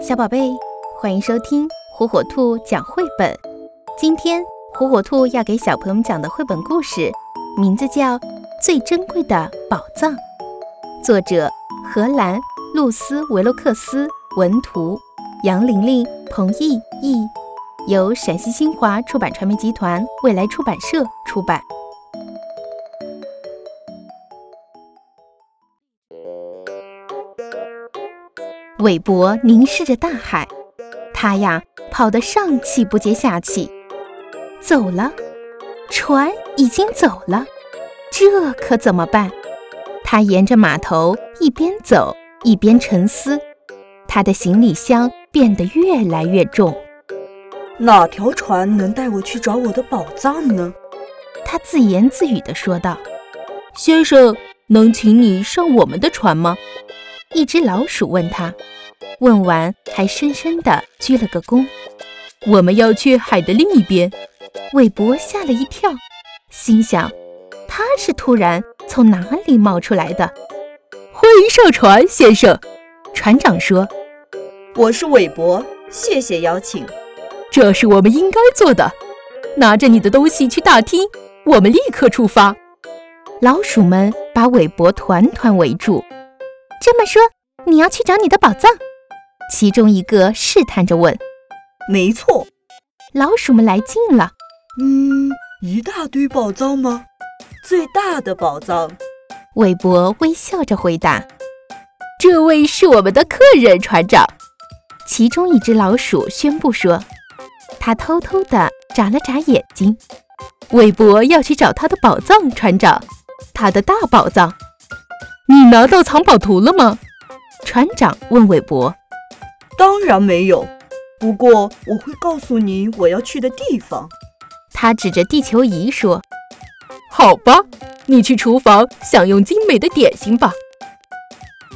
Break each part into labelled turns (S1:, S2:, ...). S1: 小宝贝，欢迎收听火火兔讲绘本。今天火火兔要给小朋友们讲的绘本故事，名字叫《最珍贵的宝藏》，作者荷兰露丝·维洛克斯，文图杨玲玲、彭毅毅，由陕西新华出版传媒集团未来出版社出版。韦伯凝视着大海，他呀跑得上气不接下气。走了，船已经走了，这可怎么办？他沿着码头一边走一边沉思，他的行李箱变得越来越重。
S2: 哪条船能带我去找我的宝藏呢？
S1: 他自言自语地说道：“先生，能请你上我们的船吗？”一只老鼠问他，问完还深深地鞠了个躬。我们要去海的另一边。韦伯吓了一跳，心想他是突然从哪里冒出来的。欢迎上船，先生。船长说
S2: 我是韦伯，谢谢邀请。：“
S1: 这是我们应该做的。拿着你的东西去大厅，我们立刻出发。”老鼠们把韦伯团团围住。这么说，你要去找你的宝藏？其中一个试探着问。
S2: 没错，
S1: 老鼠们来劲了。
S2: 嗯，一大堆宝藏吗？最大的宝藏，
S1: 韦伯微笑着回答：“这位是我们的客人，船长。”其中一只老鼠宣布说：“他偷偷地眨了眨眼睛。韦伯要去找他的宝藏，船长，他的大宝藏。你拿到藏宝图了吗？”船长问韦伯。
S2: 当然没有。不过我会告诉你我要去的地方。
S1: 他指着地球仪说：“好吧，你去厨房享用精美的点心吧。”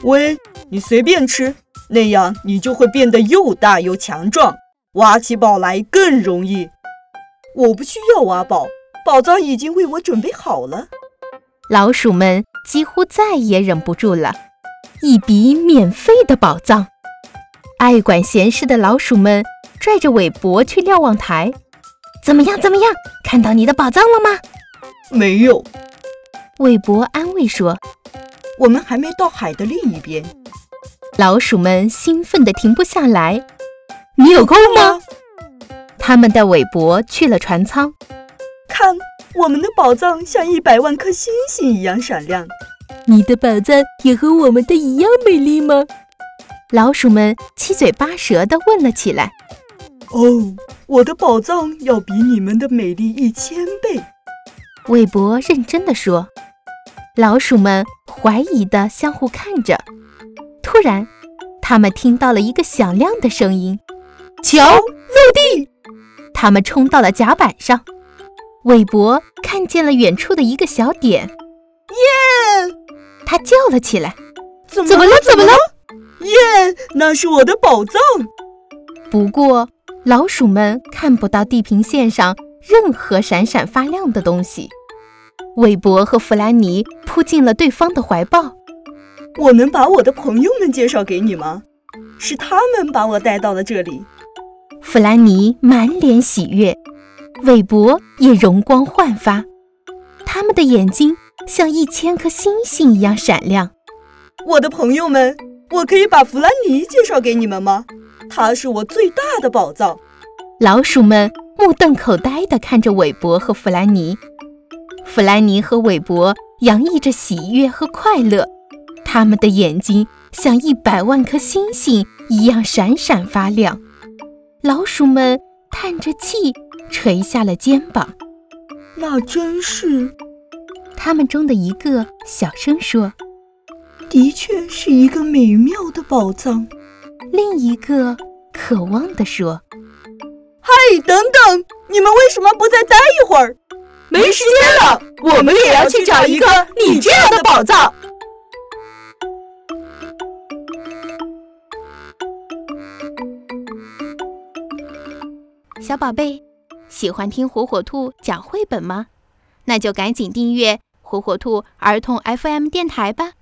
S2: 喂，你随便吃，那样你就会变得又大又强壮，挖起宝来更容易。我不需要挖宝，宝藏已经为我准备好了。
S1: 老鼠们几乎再也忍不住了，一笔免费的宝藏。爱管闲事的老鼠们拽着韦伯去瞭望台，怎么样？怎么样？看到你的宝藏了吗？
S2: 没有，
S1: 韦伯安慰说。
S2: 我们还没到海的另一边。
S1: 老鼠们兴奋得停不下来。你有空吗？？他们带韦伯去了船舱。
S2: 看，我们的宝藏像一百万颗星星一样闪亮。
S1: 你的宝藏也和我们的一样美丽吗？老鼠们七嘴八舌地问了起来。
S2: 哦，我的宝藏要比你们的美丽一千倍。
S1: 韦伯认真地说。老鼠们怀疑地相互看着。突然，他们听到了一个响亮的声音：“瞧，陆地！”他们冲到了甲板上。韦伯看见了远处的一个小点，耶！他叫了起来。
S2: 怎
S1: 怎么了怎么了？
S2: 耶，那是我的宝藏！
S1: 不过，老鼠们看不到地平线上任何闪闪发亮的东西。韦伯和弗兰尼扑进了对方的怀抱。
S2: 我能把我的朋友们介绍给你吗？是他们把我带到了这里。
S1: 弗兰尼满脸喜悦，韦伯也容光焕发，他们的眼睛像一千颗星星一样闪亮。
S2: 我的朋友们，我可以把弗兰尼介绍给你们吗？他是我最大的宝藏。
S1: 老鼠们目瞪口呆地看着韦伯和弗兰尼。弗兰尼和韦伯洋溢着喜悦和快乐，他们的眼睛像一百万颗星星一样闪闪发亮。老鼠们叹着气，垂下了肩膀。
S2: 那真是，
S1: 他们中的一个小声说。
S2: 的确是一个美妙的宝藏。
S1: 另一个渴望地说
S2: 哎，等等，你们为什么不再待一会儿？没时间了，我们也要去找一颗你这样的宝藏。
S1: 小宝贝，喜欢听火火兔讲绘本吗？那就赶紧订阅火火兔儿童 FM 电台吧。